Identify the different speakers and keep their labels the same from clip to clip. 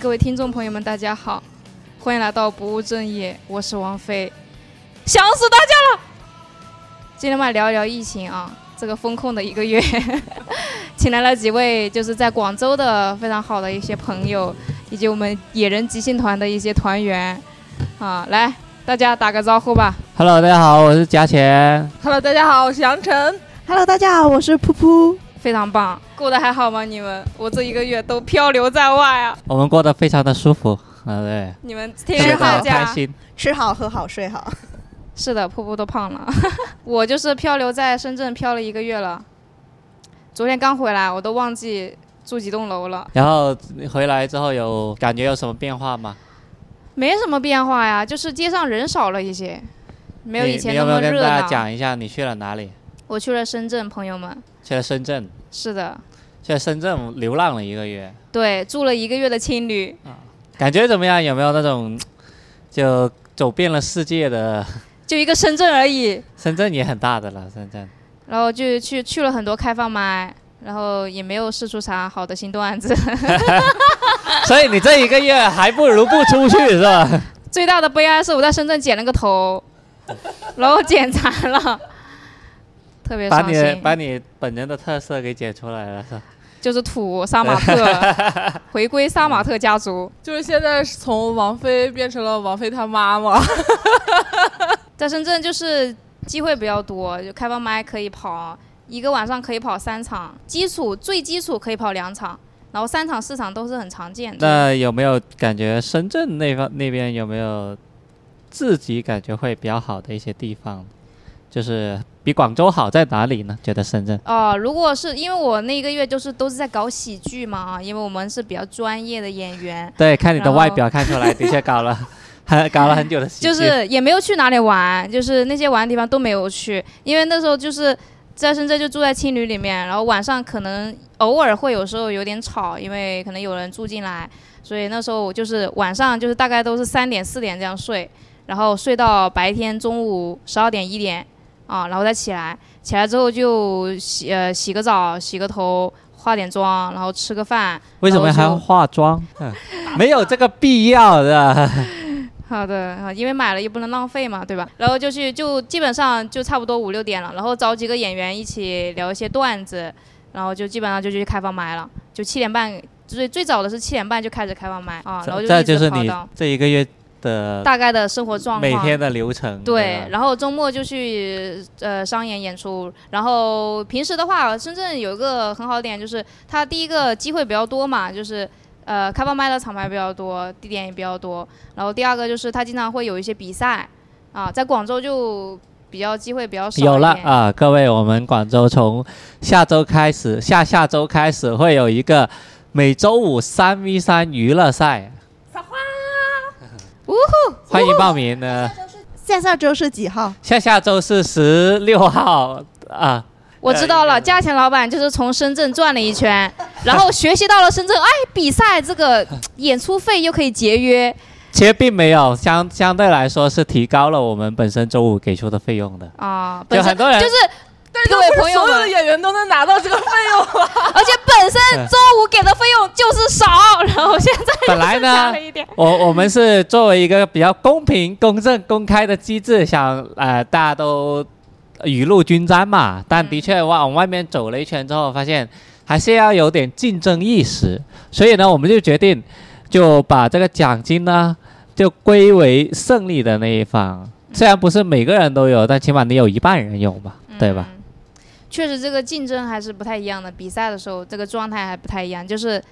Speaker 1: 各位听众朋友们，大家好，欢迎来到不务正业，我是王菲，想死大家了。今天嘛，聊一聊疫情啊，这个风控的一个月， 请来了几位就是在广州的非常好的一些朋友，以及我们野人即兴团的一些团员啊，来大家打个招呼吧。
Speaker 2: Hello，大家好，我是嘉钱。
Speaker 3: Hello，大家好，我是杨晨。
Speaker 4: Hello，大家好，我是噗噗。
Speaker 1: 非常棒，过得还好吗？你们？我这一个月都漂流在外啊！
Speaker 2: 我们过得非常的舒服，啊对，
Speaker 1: 你们
Speaker 2: 特
Speaker 1: 天
Speaker 2: 别
Speaker 1: 天
Speaker 2: 的
Speaker 1: 放
Speaker 2: 开
Speaker 1: 假，
Speaker 2: 心。
Speaker 4: 吃好喝好睡好，
Speaker 1: 是的，瀑布都胖 了。我就是漂流在深圳漂了一个月了，昨天刚回来，我都忘记住几栋楼了。
Speaker 2: 然后回来之后有感觉有什么变化吗？
Speaker 1: 没什么变化呀，就是街上人少了一些，没有
Speaker 2: 你
Speaker 1: 以前
Speaker 2: 你
Speaker 1: 那
Speaker 2: 有没
Speaker 1: 么
Speaker 2: 有跟
Speaker 1: 热
Speaker 2: 大家
Speaker 1: 闹。
Speaker 2: 讲一下你去了哪里？
Speaker 1: 我去了深圳，朋友们，
Speaker 2: 去了深圳，
Speaker 1: 是的，
Speaker 2: 去了深圳流浪了一个月，
Speaker 1: 对，住了一个月的青旅，
Speaker 2: 感觉怎么样？有没有那种就走遍了世界的？
Speaker 1: 就一个深圳而已。
Speaker 2: 深圳也很大的了，深圳。
Speaker 1: 然后就去去了很多开放麦，然后也没有试出啥好的行动案子。
Speaker 2: 所以你这一个月还不如不出去 是吧？
Speaker 1: 最大的悲哀是我在深圳剪了个 头，然后剪残了，特别
Speaker 2: 把
Speaker 1: 伤
Speaker 2: 你
Speaker 1: 心。
Speaker 2: 把你本人的特色给剪出来了是吧？
Speaker 1: 就是土杀马 特，回归杀马特家族。
Speaker 3: 就是现在是从王菲变成了王菲她妈 妈，
Speaker 1: 在深圳就是机会比较多，就开放麦可以跑，一个晚上可以跑三场，基础最基础可以跑两场，然后三场四场都是很常见的。
Speaker 2: 那有没有感觉深圳那方那边有没有自己感觉会比较好的一些地方？就是比广州好在哪里呢？觉得深圳
Speaker 1: 哦、如果是因为我那一个月就是都是在搞喜剧嘛啊，因为我们是比较专业的演员，
Speaker 2: 对，看你的
Speaker 1: 然后
Speaker 2: 外表看出来，的确搞了 很搞了很久的喜剧，
Speaker 1: 就是也没有去哪里玩，就是那些玩的地方都没有去，因为那时候就是呃在深圳就住在青旅里面，然后晚呃上可能偶尔会有时候有点吵，因为可能有人住进来，所以那时候我就是晚上就是大概都是三点四点这样睡，然后睡到白天中午十二点一点啊，然后再起来，起来之后就洗呃洗个澡，洗个头。化点妆，然后吃个饭。
Speaker 2: 为什么还
Speaker 1: 然后
Speaker 2: 要
Speaker 1: 就
Speaker 2: 化 妆？嗯，没有这个必要的。
Speaker 1: 好的，啊，因为买了也不能浪费嘛，对吧？然后就去，就基本上就差不多五六点了，然后找几个演员一起聊一些段子，然后就基本上就去开放麦了，就七点半，最最早的是七点半就开始开放麦啊，然后就
Speaker 2: 这
Speaker 1: 一直
Speaker 2: 就是
Speaker 1: 跑
Speaker 2: 你
Speaker 1: 到
Speaker 2: 这一个月的
Speaker 1: 大概的生活状
Speaker 2: 每
Speaker 1: 况。
Speaker 2: 天的流程。
Speaker 1: 对，
Speaker 2: 吧
Speaker 1: 然后周末就去呃商演演出，然后平时的话，深圳有一个很好的点就是它第一个机会比较多嘛，就是呃开放麦的厂牌比较多，地点也比较多，然后第二个就是它经常会有一些比赛啊，在广州就比较机会比较少一点。
Speaker 2: 有了啊，各位，我们广州从下周开始，下下周开始会有一个每周五三 v 三娱乐赛。
Speaker 1: 呜
Speaker 2: 欢迎报名呢！
Speaker 4: 下下周是几号？
Speaker 2: 下下周是十六号啊，
Speaker 1: 我知道了，价钱老板就是从深圳转了一圈，然后学习到了深圳，哎，比赛这个演出费又可以节约，
Speaker 2: 其实并没有相相对来说是提高了我们本身周五给出的费 用的。
Speaker 1: 啊，
Speaker 2: 就
Speaker 1: 本
Speaker 2: 很
Speaker 1: 身
Speaker 2: 多人
Speaker 1: 就是。
Speaker 3: 但是
Speaker 1: 各
Speaker 3: 就
Speaker 1: 位
Speaker 3: 不
Speaker 1: 朋
Speaker 3: 是
Speaker 1: 友
Speaker 3: 所有的
Speaker 1: 们
Speaker 3: 演员都能拿到这个费 用了。
Speaker 1: 而且本身周五给的费用就是少，然后现在
Speaker 2: 本
Speaker 1: 加
Speaker 2: 来呢
Speaker 1: 了，一点。
Speaker 2: 我我们是作为一个比较公平、公正、公开的机制，想呃大家都雨露均沾嘛。但的确往往外面走了一圈之后，发现还是要有点竞争意识，所以呢，我们就决定就把这个奖金呢就归为胜利的那一方。虽然不是每个人都有，但起码你有一半人有嘛，对吧？
Speaker 1: 嗯？ 确实，这个竞争还是不太一样的。比赛的时候，这个状态还不太一样。就是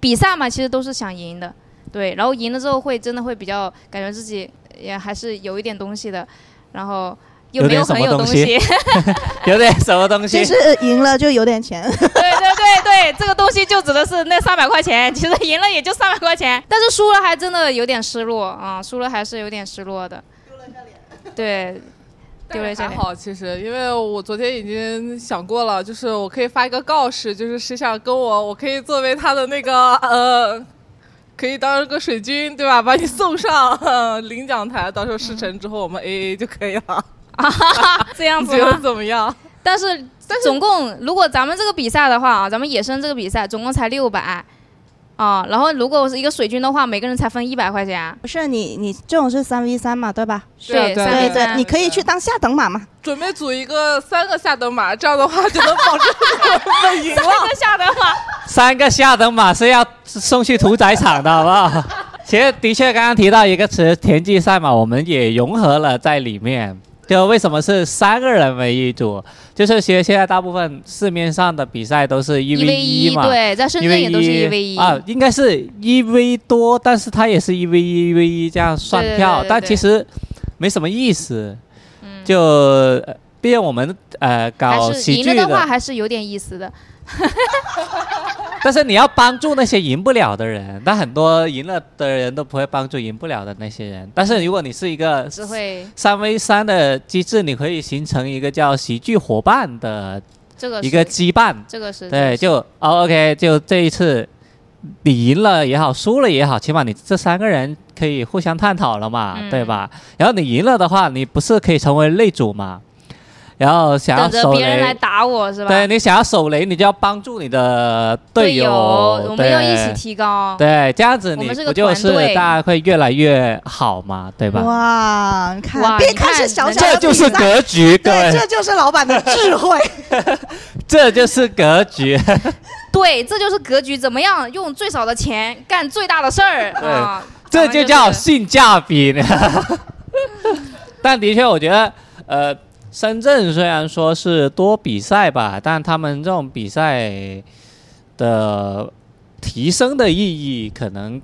Speaker 1: 比赛嘛，其实都是想赢的，对。然后赢了之后，会真的会比较感觉自己也还是有一点东西的，然后又
Speaker 2: 有
Speaker 1: 没
Speaker 2: 点
Speaker 1: 有
Speaker 2: 什
Speaker 1: 很
Speaker 2: 么
Speaker 1: 有
Speaker 2: 东西
Speaker 1: 西。
Speaker 2: 有点什么东西
Speaker 4: 其？实赢了就有点钱，
Speaker 1: 对对对对，这个东西就指的是那三百块钱，其实赢了也就三百块钱，但是输了还真的有点失落啊，输了还是有点失落的。对，丢了一下
Speaker 3: 还
Speaker 1: 脸
Speaker 3: 好，其实因为我昨天已经想过了，就是我可以发一个告示，就是谁想跟我，我可以作为他的那个呃，可以当个水军，对吧？把你送上、呃领奖台，到时候事成之后我们 AA 就可以了。
Speaker 1: 嗯这样
Speaker 3: 你
Speaker 1: 子
Speaker 3: 觉得
Speaker 1: 吗？
Speaker 3: 怎么样？
Speaker 1: 但是总共，如果咱们这个比赛的话啊，咱们野生这个比赛总共才六百，啊、然后如果是一个水军的话，每个人才分一百块钱。
Speaker 4: 不是你你这种是三 v 三嘛，对吧？
Speaker 3: 对啊
Speaker 1: 对
Speaker 4: 对
Speaker 1: 3v3
Speaker 2: 啊
Speaker 4: 对，你可以
Speaker 1: 嗯
Speaker 4: 去当下等马嘛。
Speaker 3: 准备组一个三个下等马，这样的话就能 保证我们赢了。
Speaker 1: 这下的话，
Speaker 2: 三个下等马是要送去屠宰场的，好不好？ 其实的确，刚刚提到一个词“田忌赛马”，我们也融合了在里面。就为什么是三个人为一组？就是其实现在大部分市面上的比赛都是一 v
Speaker 1: 一
Speaker 2: 嘛，
Speaker 1: 对，在深
Speaker 2: 因
Speaker 1: 圳
Speaker 2: 为
Speaker 1: 也都是一 v 一
Speaker 2: 啊，应该是一 v 多，但是它也是一 v 一 v 一这样算
Speaker 1: 对对
Speaker 2: 票，
Speaker 1: 对对
Speaker 2: 但
Speaker 1: 对
Speaker 2: 其实没什么意思。
Speaker 1: 嗯
Speaker 2: 就呃毕竟我们呃搞
Speaker 1: 还是
Speaker 2: 喜
Speaker 1: 赢
Speaker 2: 剧
Speaker 1: 了
Speaker 2: 的，
Speaker 1: 的话还是有点意思的。
Speaker 2: 但是你要帮助那些赢不了的人，但很多赢了的人都不会帮助赢不了的那些人。但是如果你是一个
Speaker 1: 只会
Speaker 2: 三 v 三的机制，你可以形成一个叫喜剧伙伴的
Speaker 1: 这个
Speaker 2: 一个
Speaker 1: 是
Speaker 2: 羁绊，
Speaker 1: 这个是
Speaker 2: 对，就哦 OK，就这一次你赢了也好，输了也好，起码你这三个人可以互相探讨了嘛，
Speaker 1: 嗯
Speaker 2: 对吧？然后你赢了的话，你不是可以成为擂主嘛？然后想要
Speaker 1: 等着
Speaker 2: 手
Speaker 1: 别人来
Speaker 2: 雷，
Speaker 1: 打我是吧？
Speaker 2: 对你想要手雷，你就要帮助你的
Speaker 1: 队
Speaker 2: 友，
Speaker 1: 我们
Speaker 2: 对
Speaker 1: 要一起提高。
Speaker 2: 对，这样子
Speaker 1: 我
Speaker 2: 你
Speaker 1: 们是个
Speaker 2: 不就
Speaker 1: 团
Speaker 2: 是
Speaker 1: 队
Speaker 2: 大家会越来越好嘛，对吧？
Speaker 4: 哇，你看，
Speaker 1: 哇
Speaker 4: 别
Speaker 1: 你看
Speaker 4: 看是小小
Speaker 1: 这
Speaker 4: 的
Speaker 2: 这就是
Speaker 4: 比赛
Speaker 2: 格局，各
Speaker 4: 对，
Speaker 2: 位，
Speaker 4: 这就是老板的智 慧。
Speaker 2: 这就是格局。
Speaker 1: 对，这就是格局，怎么样用最少的钱干最大的事儿
Speaker 2: 对
Speaker 1: 啊？
Speaker 2: 这
Speaker 1: 咱们
Speaker 2: 就是叫性价比呢。但的确，我觉得，呃，深圳虽然说是多比赛吧，但他们这种比赛的提升的意义可能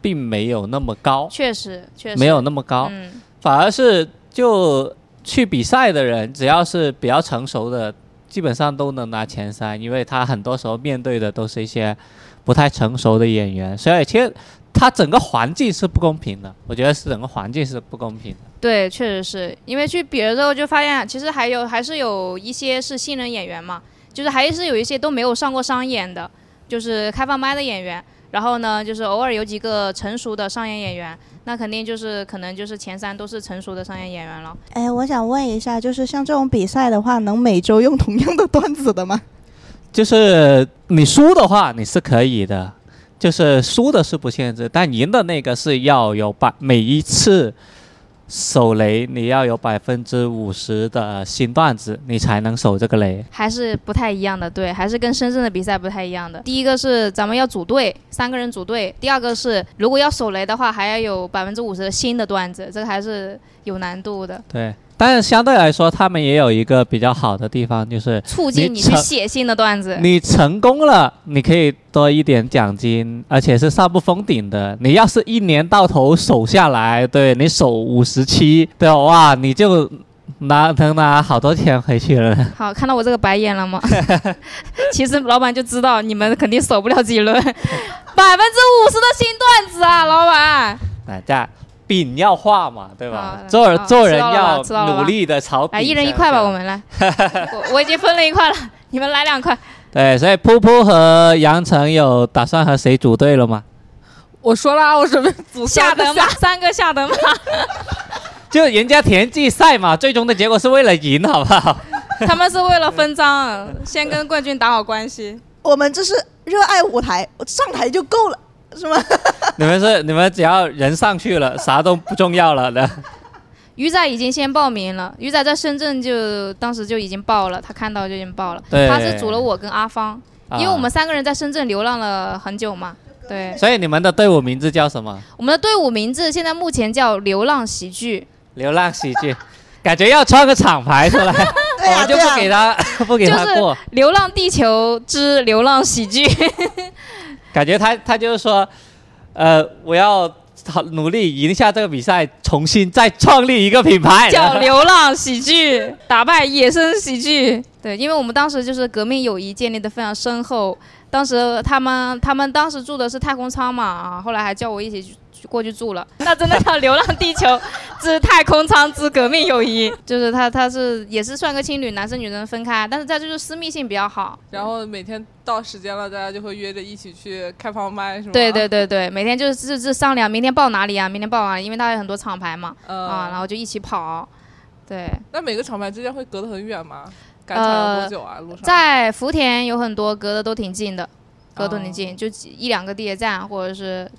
Speaker 2: 并没有那么高，
Speaker 1: 确实确实
Speaker 2: 没有那么高，
Speaker 1: 嗯，
Speaker 2: 反而是就去比赛的人，只要是比较成熟的，基本上都能拿前三，因为他很多时候面对的都是一些不太成熟的演员，所以其实他整个环境是不公平的，我觉得是整个环境是不公平的。
Speaker 1: 对，确实是因为去比了之后就发现，啊其实还有还是有一些是新人演员嘛，就是还是有一些都没有上过商演的，就是开放麦的演员。然后呢，就是偶尔有几个成熟的商演演员，那肯定就是可能就是前三都是成熟的商演演员了。
Speaker 4: 哎，我想问一下，就是像这种比赛的话，能每周用同样的段子的吗？
Speaker 2: 就是你输的话，你是可以的，就是输的是不限制，但赢的那个是要有百每一次守雷，你要有百分之五十的新段子，你才能守这个雷。
Speaker 1: 还是不太一样的，对，还是跟深圳的比赛不太一样的。第一个是咱们要组队，三个人组队；第二个是如果要手雷的话，还要有百分之五十的新的段子，这个还是有难度的。
Speaker 2: 对，但是相对来说，他们也有一个比较好的地方，就是
Speaker 1: 促进你
Speaker 2: 你
Speaker 1: 去
Speaker 2: 成
Speaker 1: 写新的段子，
Speaker 2: 你成功了，你可以多一点奖金，而且是上不封顶的。你要是一年到头守下来，对你守五十七，对吧哇，你就拿能拿好多钱回去 了。
Speaker 1: 好，看到我这个白眼了吗？ 其实老板就知道你们肯定守不了几轮，百分 之五十的新段子啊，老板。
Speaker 2: 那这样饼要画嘛，对吧？
Speaker 1: 啊
Speaker 2: 做
Speaker 1: 啊
Speaker 2: 做人
Speaker 1: 知道了吧
Speaker 2: 要
Speaker 1: 知道了吧
Speaker 2: 努力的朝饼
Speaker 1: 来，一人一
Speaker 2: 向
Speaker 1: 块吧，
Speaker 2: 上
Speaker 1: 我们来。我我已经分了一块了，你们来两块。
Speaker 2: 对，所以噗噗和杨晨有打算和谁组队了吗？
Speaker 3: 我说啦，我准备组
Speaker 1: 下
Speaker 3: 三个
Speaker 1: 等吧，三个下等吧。
Speaker 2: 就人家田忌赛马，最终的结果是为了赢，好不好？
Speaker 1: 他们是为了分赃，先跟冠军打好关系。
Speaker 4: 我们这是热爱舞台，上台就够了，是吗？
Speaker 2: 你们是你们只要人上去了，啥都不重要了的。
Speaker 1: 鱼仔已经先报名了，鱼仔在深圳就当时就已经报了，他看到就已经报了。
Speaker 2: 对
Speaker 1: 他是组了我跟阿芳，
Speaker 2: 啊
Speaker 1: 因为我们，三个人在深圳流浪了很久嘛。对，
Speaker 2: 所以你们的队伍名字叫什么？
Speaker 1: 我们的队伍名字现在目前叫流浪喜剧，
Speaker 2: 流浪喜剧，感觉要创个厂牌 出来，啊
Speaker 4: 对
Speaker 2: 哦我
Speaker 4: 呀、
Speaker 2: 们就
Speaker 4: 对啊呀、
Speaker 2: 不给他 不给他
Speaker 1: 就是
Speaker 2: 过。
Speaker 1: 《流浪地球之流浪喜 剧》。
Speaker 2: 感觉他他就是说，呃，我要好努力赢下这个比赛，重新再创立一个品牌。
Speaker 1: 叫流浪喜剧，打败野生喜剧。对，因为我们当时就是革命友谊建立的非常深厚。当时他们他们当时住的是太空舱嘛啊，后来还叫我一起去去过去住了。那真的叫流浪地球 之太空舱之革命友谊，就是他他是也是算个情侣，男生女生分开，但是再就是私密性比较好。
Speaker 3: 然后每天到时间了，大家就会约着一起去开房麦，是吗？
Speaker 1: 对对，对对，每天就是自自商量明天报哪里啊，明天报啊，因为他有很多厂牌嘛
Speaker 3: 呃，
Speaker 1: 啊，然后就一起跑。对，
Speaker 3: 那每个厂牌之间会隔呃得很远吗？赶场有多久啊？路上
Speaker 1: 在福田有很多隔得都挺近的，隔多年近，就几一两个地铁站或者是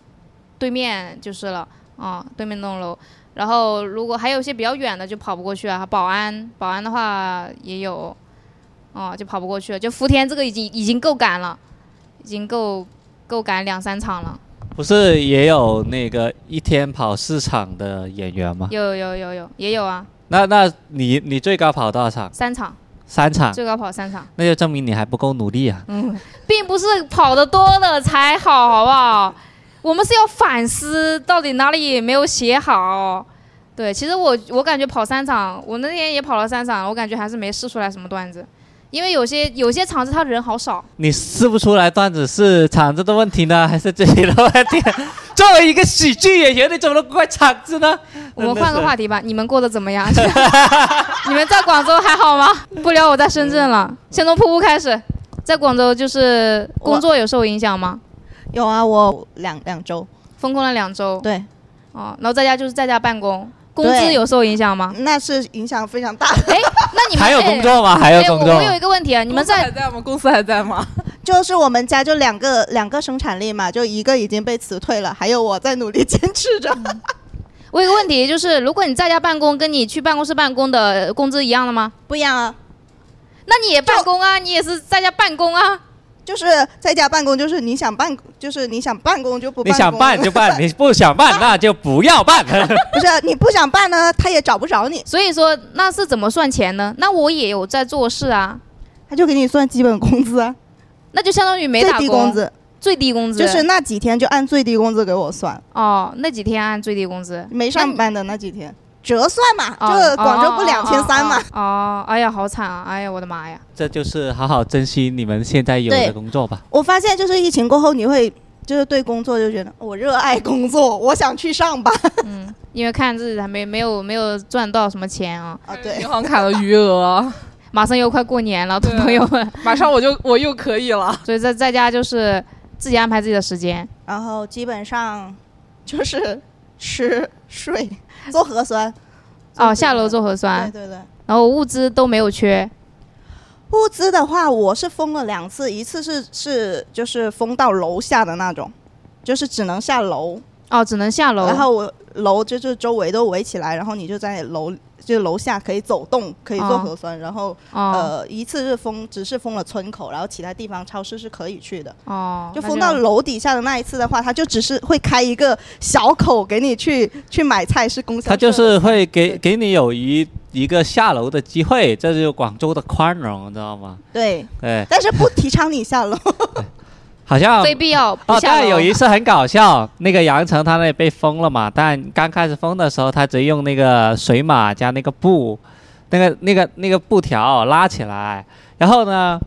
Speaker 1: 对面就是了，啊、对面那栋楼。然后如果还有一些比较远的，就跑不过去啊。保安，保安的话也有，哦、就跑不过去了。就福田这个已经已经够赶了，已经够够赶两三场了。
Speaker 2: 不是也有那个一天跑四场的演员吗？
Speaker 1: 有有有有也有啊，
Speaker 2: 那那你你最高跑多少场？
Speaker 1: 三场
Speaker 2: 三
Speaker 4: 啊
Speaker 2: 场，
Speaker 1: 最高跑三场，
Speaker 2: 那就证明你还不够努力啊！
Speaker 1: 并不是跑得多的才好，好不好？我们是要反思到底哪里没有写好。对，其实我我感觉跑三场，我那天也跑了三场，我感觉还是没试出来什么段子，因为有些有些场子他人好少，
Speaker 2: 你试不出来段子是场子的问题呢，还是自己的问题？作为一个喜剧演员，你怎么能怪场子呢？
Speaker 1: 我们换个
Speaker 2: 真的
Speaker 1: 话题吧，你们过得怎么 样？你们在广州还好吗？不聊我在深圳了，
Speaker 4: 嗯
Speaker 1: 先从瀑布开始。在广州就是工作有受影响吗？
Speaker 4: 有啊，我两两周，
Speaker 1: 封控了两周，
Speaker 4: 对，
Speaker 1: 哦，然后在家就是在家办公，工
Speaker 4: 对
Speaker 1: 资有受影
Speaker 2: 啊
Speaker 1: 响吗？
Speaker 4: 那是影响非常大。
Speaker 1: 那你们
Speaker 2: 是还有
Speaker 1: 哎
Speaker 2: 工作吗？还有
Speaker 1: 哎，我
Speaker 2: 工
Speaker 1: 我有
Speaker 2: 作？
Speaker 1: 一个问题啊，你们
Speaker 3: 公司
Speaker 1: 在
Speaker 3: 还在吗？公司还在 吗？
Speaker 4: 就是我们家就两个两个生产力嘛，就一个已经被辞退了，还有我在努力坚持 着。
Speaker 1: 我有一个问题，就是如果你在家办公，跟你去办公室办公的工资一样的吗？
Speaker 4: 不一样啊，
Speaker 1: 那你也办公啊，你也是在家办公啊。
Speaker 4: 就是在家办公，就是你想办，就是你想办公就不
Speaker 2: 你
Speaker 4: 办公。
Speaker 2: 想办就 办，你不想办那就不要办。
Speaker 4: 不是啊你不想办呢，他也找不着你，
Speaker 1: 所以说那是怎么算钱呢？那我也有在做事啊，
Speaker 4: 他就给你算基本工资啊，
Speaker 1: 那就相当于没
Speaker 4: 最
Speaker 1: 打
Speaker 4: 低
Speaker 1: 工
Speaker 4: 工，资，
Speaker 1: 最低工资
Speaker 4: 就是那几天就按最低工资给我算，
Speaker 1: 哦，那几天按最低工资。
Speaker 4: 没上班的那几天折算嘛，
Speaker 1: 哦
Speaker 4: 就广州不
Speaker 1: 哦
Speaker 4: 两千三嘛。
Speaker 1: 哦哦哦，哎呀，好惨啊！哎呀，我的妈呀！
Speaker 2: 这就是好好珍惜你们现在有
Speaker 4: 对
Speaker 2: 的工作吧。
Speaker 4: 我发现就是疫情过后，你会就是对工作就觉得我热爱工作，我想去上班
Speaker 1: 因为看自己还没没有没有赚到什么钱啊，
Speaker 4: 啊，
Speaker 3: 银
Speaker 4: 对，
Speaker 3: 行卡的余 额，
Speaker 1: 马上又快过年了，
Speaker 3: 对
Speaker 1: 朋友们，
Speaker 3: 马上我就我又可以了。
Speaker 1: 所以在在家就是自己安排自己的时间。
Speaker 4: 然后基本上 就是吃睡做核酸。
Speaker 1: 哦，下楼做核酸
Speaker 4: 对，对对。
Speaker 1: 然后物资都没有缺，
Speaker 4: 物资的话，我是封了两次，一次是是就是封到楼下的那种，就是只能下楼，
Speaker 1: 哦，只能下楼。
Speaker 4: 然后我楼就是周围都围起来，然后你就在楼就楼下可以走动，可以做
Speaker 1: 哦
Speaker 4: 核酸，然后、
Speaker 1: 哦、
Speaker 4: 呃一次是封，只是封了村口，然后其他地方超市是可以去的。
Speaker 1: 哦，
Speaker 4: 呃就
Speaker 1: 那
Speaker 4: 封到楼底下的那一次的话，他就只是会开一个小口给你去 去买菜，是供销社
Speaker 2: 他
Speaker 4: 的。
Speaker 2: 就是会给
Speaker 4: 对
Speaker 2: 给你有一一个下楼的机会，这就是广州的宽容，你知道吗？
Speaker 4: 对，
Speaker 2: 对，
Speaker 4: 但是不提倡你 下楼。
Speaker 2: 好像
Speaker 1: 非必要不
Speaker 2: 哦，
Speaker 1: 下
Speaker 2: 但
Speaker 1: 楼。
Speaker 2: 有一次很搞笑，那个羊城他那里被封了嘛，但刚开始封的时候，他直接用那个水马加那个布，那个那个那个布条哦拉起来，然后呢，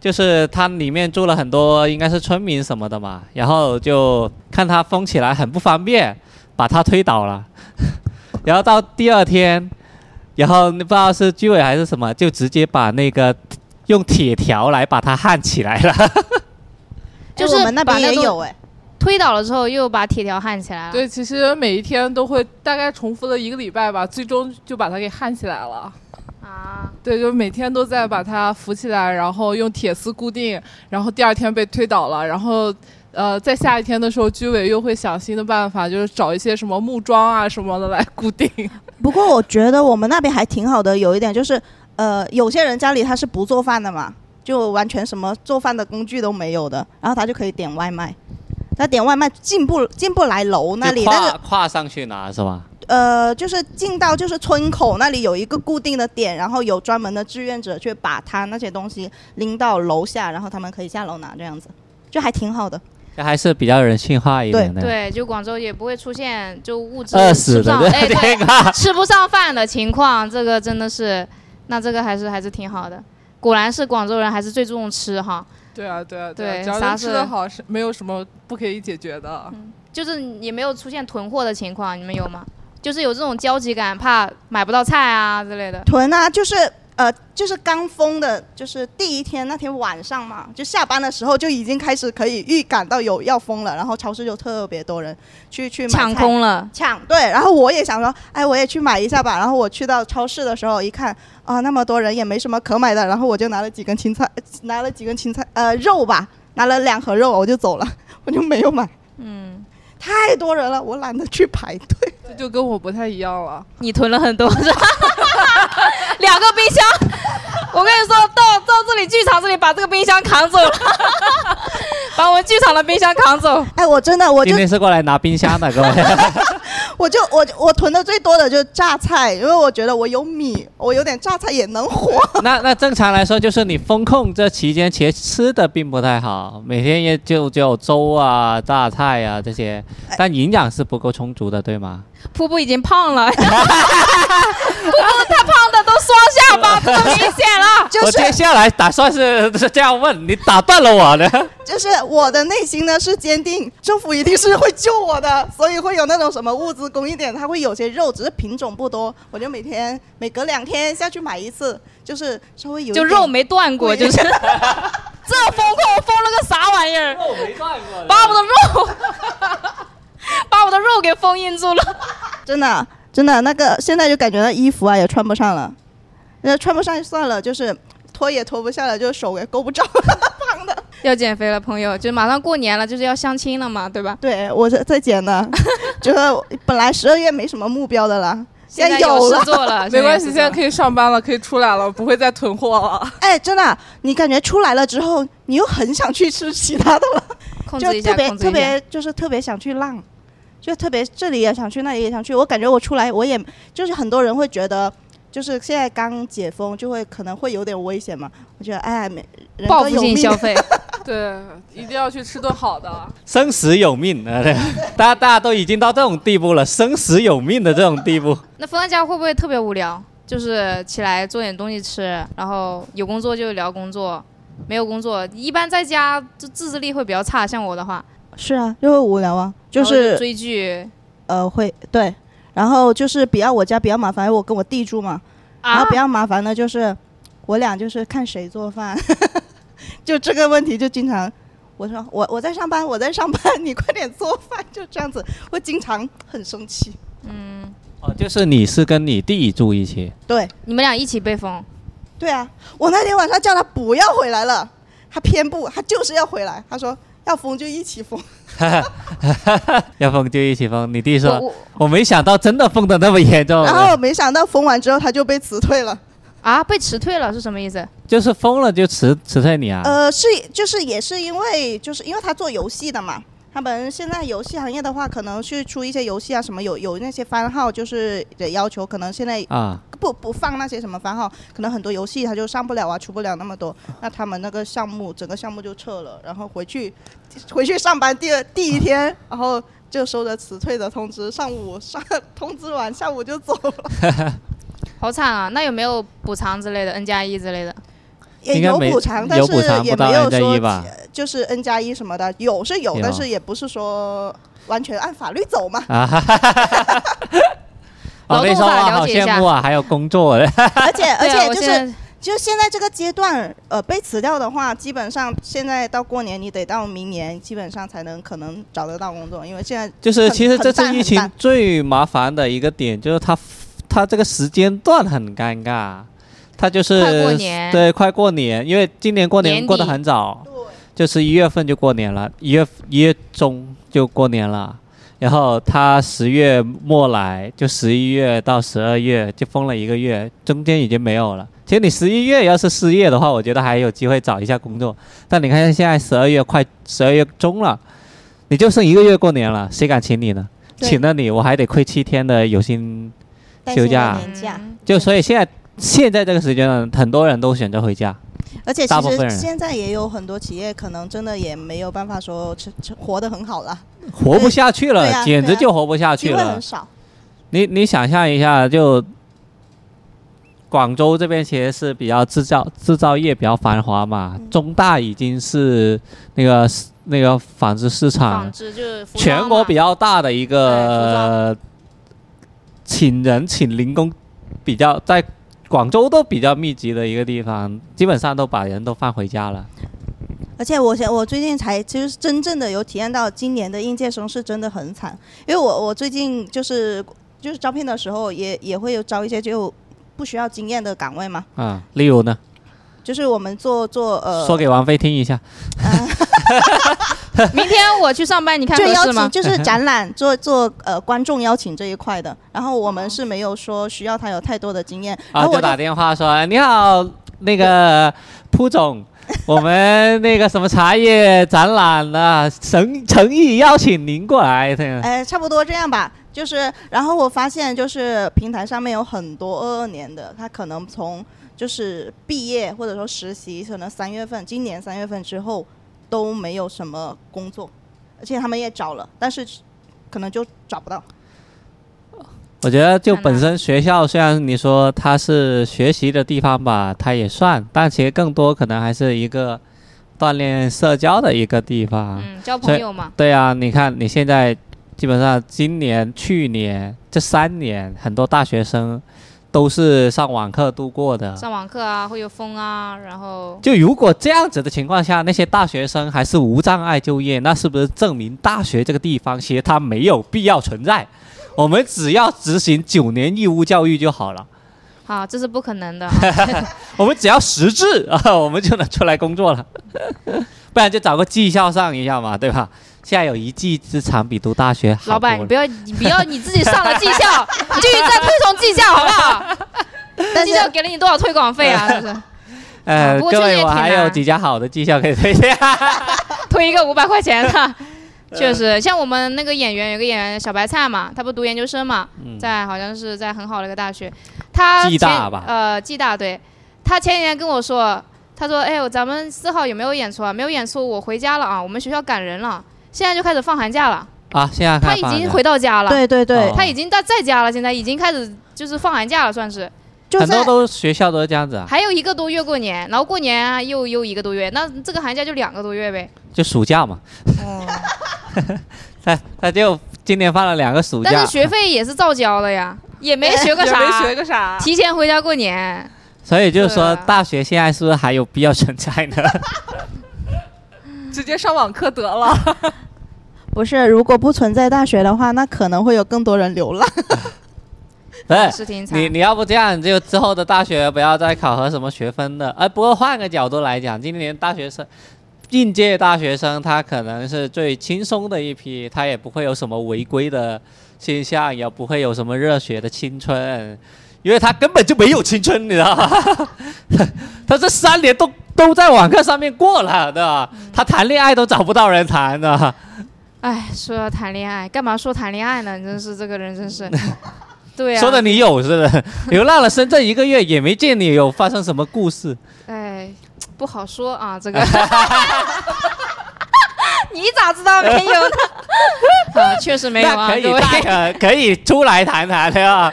Speaker 2: 就是他里面住了很多应该是村民什么的嘛，然后就看他封起来很不方便，把他推倒了， 然后到第二天，然后不知道是居委还是什么，就直接把那个用铁条来把它焊起来了。
Speaker 1: 就是
Speaker 4: 哎我们那
Speaker 1: 把
Speaker 4: 边
Speaker 1: 那
Speaker 4: 也
Speaker 1: 栋
Speaker 4: 有哎，
Speaker 1: 推倒了之后，又把铁条焊起来了。
Speaker 3: 对，其实每一天都会大概重复了一个礼拜吧，最终就把它给焊起来了。
Speaker 1: 啊，
Speaker 3: 对，就每天都在
Speaker 1: 嗯
Speaker 3: 把它扶起来，然后用铁丝固定，然后第二天被推倒了，然后呃，在下一天的时候，居委又会想新的办法，就是找一些什么木桩啊什么的来固定。
Speaker 4: 不过我觉得我们那边还挺好的，有一点就是，呃，有些人家里他是不做饭的嘛，就完全什么做饭的工具都没有的，然后他就可以点外卖。他点外卖进不进不来楼那里，
Speaker 2: 就
Speaker 4: 但
Speaker 2: 跨
Speaker 4: 是
Speaker 2: 跨上去拿是吧？
Speaker 4: 呃，就是进到就是村口那里有一个固定的点，然后有专门的志愿者去把他那些东西拎到楼下，然后他们可以下楼拿，这样子就还挺好的。
Speaker 2: 这还是比较人性化一点的。，
Speaker 1: 对，就广州也不会出现就物资
Speaker 2: 饿
Speaker 1: 吃
Speaker 2: 死
Speaker 1: 不
Speaker 2: 的
Speaker 1: 上，哎，
Speaker 2: 这
Speaker 1: 对，
Speaker 2: 天啊！
Speaker 1: 吃不上饭的情况，这个真的是，那这个还是还是挺好的。果然是广州人还是最注重吃哈，
Speaker 3: 对啊，对啊，
Speaker 1: 对
Speaker 3: 啊，只要
Speaker 1: 啥
Speaker 3: 能吃的
Speaker 1: 事
Speaker 3: 好，是没有什么不可以解决的。
Speaker 1: 嗯就是也没有出现囤货的情况，你们有吗？就是有这种焦急感，怕买不到菜啊之类的。
Speaker 4: 屯啊，就是呃，就是刚封的，就是第一天那天晚上嘛，就下班的时候就已经开始可以预感到有要封了，然后超市就特别多人去去买菜啊
Speaker 1: 抢空了，
Speaker 4: 抢，对，然后我也想说，哎，我也去买一下吧。然后我去到超市的时候一看， 啊，那么多人也没什么可买的，然后我就拿了几根青菜，拿了几根青菜，呃，肉吧，拿了两盒肉我就走了，我就没有买，
Speaker 1: 嗯，
Speaker 4: 太多人了，我懒得去排队。
Speaker 3: 这就跟我不太一样了。
Speaker 1: 你囤了很多， 是吧两个冰箱。我跟你说到到这里剧场这里把这个冰箱扛走了，把我们剧场的冰箱扛走。
Speaker 4: 哎，我真的我就
Speaker 2: 今天是过来拿冰箱的，各 位。
Speaker 4: 哎我就我我囤的最多的就是榨菜，因为我觉得我有米，我有点榨菜也能 活。
Speaker 2: 那那正常来说，就是你风控这期间，其实吃的并不太好，每天也就只有粥啊、榨菜啊这些，但营养是不够充足的，对吗？
Speaker 1: 瀑布已经胖了，瀑布他胖的都双下巴都明显了。
Speaker 4: 就
Speaker 2: 我
Speaker 4: 是
Speaker 2: 接下来打算是是这样问你，打断了我的。
Speaker 4: 就是我的内心呢是坚定，政府一定是会救我的，所以会有那种什么物资供应点，它会有些肉，只是品种不多，我就每天每隔两天下去买一次，就是稍微有一
Speaker 1: 就
Speaker 4: 点
Speaker 1: 肉没断过，就是这风控封了个啥玩意儿？
Speaker 2: 我没断过
Speaker 1: 把我的肉，把我的肉给封印住了。
Speaker 4: 真的真的那个现在就感觉到衣服啊也穿不上了，那穿不上就算了，就是脱也脱不下了，就是手也够不着。
Speaker 1: 要减肥了，朋友，就马上过年了，就是要相亲了嘛，对吧？
Speaker 4: 对我在在减呢，就是本来十二月没什么目标的啦，
Speaker 1: 现在
Speaker 4: 有
Speaker 1: 有
Speaker 4: 了
Speaker 1: 事。做了，
Speaker 3: 没关系，现在
Speaker 1: 以。
Speaker 3: 可以上班了，可以出来了，不会再囤货 了。
Speaker 4: 哎，真的，你感觉出来了之后，你又很想去吃其他的了。
Speaker 1: 控
Speaker 4: 就
Speaker 1: 制一
Speaker 4: 特
Speaker 1: 下，
Speaker 4: 别
Speaker 1: 控制
Speaker 4: 特
Speaker 1: 一下。
Speaker 4: 别就是特别想去浪，就特别这里也想去，那里也想去。我感觉我出来，我也就是很多人会觉得，就是现在刚解封，就会可能会有点危险嘛。我觉得哎，没人
Speaker 1: 报
Speaker 4: 都
Speaker 1: 复
Speaker 4: 有
Speaker 1: 性
Speaker 4: 命，
Speaker 1: 消 费，
Speaker 3: 对，一定要去吃顿好的。
Speaker 2: 生死有命啊！ 对大家大家都已经到这种地步了，生死有命的这种地步。
Speaker 1: 那封在家会不会特别无聊？就是起来做点东西吃，然后有工作就聊工作，没有工作，一般在家就自制力会比较差。像我的话，
Speaker 4: 是啊，就会无聊啊，就
Speaker 1: 然后
Speaker 4: 是
Speaker 1: 追剧
Speaker 4: 呃会对，然后就是比较我家比较麻烦，因为我跟我弟住嘛，然
Speaker 1: 啊
Speaker 4: 后，比较麻烦的就是我俩就是看谁做饭， 就这个问题就经常。我说我我在上班，我在上班，你快点做饭，就这样子，会经常很生气。
Speaker 2: 哦，就是你是跟你弟住一起，
Speaker 4: 对
Speaker 1: 你们俩一起被封，
Speaker 4: 对啊，我那天晚上叫他不要回来了，他偏不，他就是要回来。他说要疯就一起疯。
Speaker 2: 要疯就一起疯。你弟
Speaker 1: 我
Speaker 2: 说，
Speaker 1: 我
Speaker 2: 我没想到真的疯的那么严重。啊
Speaker 4: 然后没想到疯完之后他就被辞退了。
Speaker 1: 啊被辞退了是什么意思？
Speaker 2: 就是疯了就辞辞退你啊？
Speaker 4: 呃，是就是也是因为就是因为他做游戏的嘛。他们现在游戏行业的话，可能是出一些游戏啊，什么有有那些番号，就是的要求，可能现在
Speaker 2: 啊，
Speaker 4: 不不放那些什么番号，可能很多游戏它就上不了啊，出不了那么多，那他们那个项目整个项目就撤了，然后回去 回去上班第二第一天，然后就收着辞退的通知，上午上 通知完下午就走了，
Speaker 1: 好惨啊！那有没有补偿之类的，N 加一之类的？
Speaker 4: 也
Speaker 2: 应该
Speaker 4: 有
Speaker 2: 没
Speaker 4: 补偿，但
Speaker 2: 有
Speaker 4: 是
Speaker 2: 补偿
Speaker 4: 也
Speaker 2: 不到
Speaker 4: 没有
Speaker 2: N 加一
Speaker 4: 说
Speaker 2: 吧？
Speaker 4: 就是 N 加一什么的，有是有
Speaker 2: 有，，
Speaker 4: 但是也不是说完全按法律走嘛
Speaker 2: 啊哈哈哈哈！我跟你说
Speaker 1: 劳动法
Speaker 2: 啊，好
Speaker 1: 了解一
Speaker 2: 羡
Speaker 1: 下
Speaker 2: 慕啊，还有工作的。
Speaker 4: 而且而
Speaker 1: 对啊
Speaker 4: 且
Speaker 1: 我
Speaker 4: 就
Speaker 1: 现在
Speaker 4: 是。就现在这个阶段，呃，被辞掉的话，基本上现在到过年，你得到明年，基本上才能可能找得到工作，因为现在
Speaker 2: 就是
Speaker 4: 很
Speaker 2: 其实这次
Speaker 4: 很淡
Speaker 2: 疫
Speaker 4: 很
Speaker 2: 情
Speaker 4: 淡
Speaker 2: 最麻烦的一个点就是它它这个时间段很尴尬，它就是
Speaker 1: 快过年
Speaker 2: 对，快过年，因为今年过年
Speaker 1: 年
Speaker 2: 过得
Speaker 1: 底
Speaker 2: 很早，就是一月份就过年了，一月一月中就过年了。然后他十月末来，就十一月到十二月就封了一个月，中间已经没有了。其实你十一月要是失业的话，我觉得还有机会找一下工作。但你看现在十二月快十二月中了，你就剩一个月过年了，谁敢请你呢？
Speaker 4: 对
Speaker 2: 请了你，我还得亏七天的有薪。
Speaker 4: 带
Speaker 2: 休
Speaker 4: 薪的
Speaker 2: 假
Speaker 4: 年假，
Speaker 1: 嗯
Speaker 2: 就所以现在现在这个时间段，很多人都选择回家。
Speaker 4: 而且
Speaker 2: 大
Speaker 4: 其
Speaker 2: 部分
Speaker 4: 实
Speaker 2: 人
Speaker 4: 现在也有很多企业可能真的也没有办法说吃吃活得很好了，
Speaker 2: 活不下去了，
Speaker 4: 对啊
Speaker 2: 简直
Speaker 4: 对啊
Speaker 2: 就活不下去
Speaker 4: 机
Speaker 2: 了。
Speaker 4: 会很少。
Speaker 2: 你你想象一下，就广州这边其实是比较制造制造业比较繁华嘛，
Speaker 4: 嗯
Speaker 2: 中大已经是那个那个纺织市场
Speaker 1: 纺织就是服装
Speaker 2: 啊全国
Speaker 1: 嘛
Speaker 2: 比较大的一
Speaker 1: 哎
Speaker 2: 个请人请零工比较在广州都比较密集的一个地方，基本上都把人都放回家了。
Speaker 4: 而且我现我最近才其实真正的有体验到，今年的应届生是真的很惨，因为我我最近就是就是招聘的时候也也会有招一些就不需要经验的岗位嘛，
Speaker 2: 啊，例如呢？
Speaker 4: 就是我们做做呃，
Speaker 2: 说给王菲听一下。
Speaker 1: 明天我去上班，你看
Speaker 4: 就
Speaker 1: 合
Speaker 4: 邀
Speaker 1: 适吗
Speaker 4: 请？就是展览做做呃观众邀请这一块的，然后我们是没有说需要他有太多的经验，然
Speaker 2: 啊，
Speaker 4: 后我
Speaker 2: 就打电话说你好，那个蒲总，我们那个什么茶叶展览了，诚诚意邀请您过来。这样
Speaker 4: 哎，差不多这样吧。就是，然后我发现，就是平台上面有很多二二年的，他可能从就是毕业或者说实习，可能三月份，今年三月份之后都没有什么工作，而且他们也找了，但是可能就找不到。
Speaker 2: 我觉得就
Speaker 1: 看到
Speaker 2: 本身学校虽然你说它是学习的地方吧，它也算，但其实更多可能还是一个锻炼社交的一个地方。
Speaker 1: 嗯，交朋友嘛，
Speaker 2: 对啊，你看你现在基本上今年、去年这三年，很多大学生都是上网课度过的。
Speaker 1: 上网课啊，会有风啊，然后
Speaker 2: 就如果这样子的情况下，那些大学生还是无障碍就业，那是不是证明大学这个地方其实它没有必要存在？我们只要执行九年义务教育就好了，
Speaker 1: 好，这是不可能的 啊。
Speaker 2: 我们只要识字啊， 我们就能出来工作了。 不然就找个技校上一下嘛，对吧？现在有一技之长比读大学好
Speaker 1: 老板，
Speaker 2: 多
Speaker 1: 你
Speaker 2: 了
Speaker 1: 不要，你不要你自己上了技 校，你就一直在推崇技校，好不好？
Speaker 4: 但
Speaker 1: 技
Speaker 4: 是
Speaker 1: 校给了你多少推广费 啊？是不是？
Speaker 2: 呃，
Speaker 1: 不过
Speaker 2: 各
Speaker 1: 这也
Speaker 2: 位，我
Speaker 1: 挺
Speaker 2: 还有
Speaker 1: 难
Speaker 2: 几家好的技校可以推荐。
Speaker 1: 推一个五百块钱 的，确实，像我们那个演员，有个演员小白菜嘛，他不读研究生嘛，在好像是在很好的一个大学，他
Speaker 2: 嗯暨大
Speaker 1: 前
Speaker 2: 吧
Speaker 1: 呃，暨大对，他前几天跟我说，他说，哎，我咱们四号有没有演出啊？没有演出，我回家了啊，我们学校赶人了，现在就开始放寒假了，
Speaker 2: 啊，现在
Speaker 1: 他
Speaker 2: 开
Speaker 1: 已
Speaker 2: 放
Speaker 1: 经
Speaker 2: 了
Speaker 1: 回到家了，
Speaker 4: 对对对
Speaker 2: 哦，
Speaker 1: 他已经在在家了，现在已经开始就是放寒假了，算是。
Speaker 4: 就
Speaker 2: 很多
Speaker 4: 在
Speaker 2: 都学校都是这样子啊，
Speaker 1: 还有一个多月过年，然后过年啊又又一个多月，那这个寒假就两个多月呗。
Speaker 2: 就暑假嘛。
Speaker 1: 哦，
Speaker 2: 他他就今年放了两个暑
Speaker 1: 但
Speaker 2: 假
Speaker 1: 是，学费也是照交的 呀，也没 学个
Speaker 3: 也
Speaker 1: 啥，
Speaker 3: 没学个啥，
Speaker 1: 提前回家过年。
Speaker 2: 所以就是说
Speaker 1: 对啊
Speaker 2: 大学现在是不是还有必要存在呢？
Speaker 3: 直接上网课得了。
Speaker 4: 不是，如果不存在大学的话，那可能会有更多人流浪。
Speaker 2: 不是。
Speaker 1: 是挺惨。
Speaker 2: 哎你你要不这样，就之后的大学不要再考核什么学分的。哎，不过换个角度来讲，今年大学生，应届大学生他可能是最轻松的一批，他也不会有什么违规的现象，也不会有什么热血的青春，因为他根本就没有青春，你知道吗？ 他这三年都都在网课上面过了，对吧？他谈恋爱都找不到人谈的。
Speaker 1: 哎，说要谈恋爱，干嘛说谈恋爱呢？你真是这个人，真 是。对啊呀、
Speaker 2: 说的你有似的，流浪了深圳一个月也没见你有发生什么故事。
Speaker 1: 哎，不好说啊， 这个。 你咋知道没有 呢？啊，确实没有
Speaker 2: 那
Speaker 1: 啊，
Speaker 2: 可以
Speaker 1: 各位。
Speaker 2: 大呃 可可以出来谈谈的啊。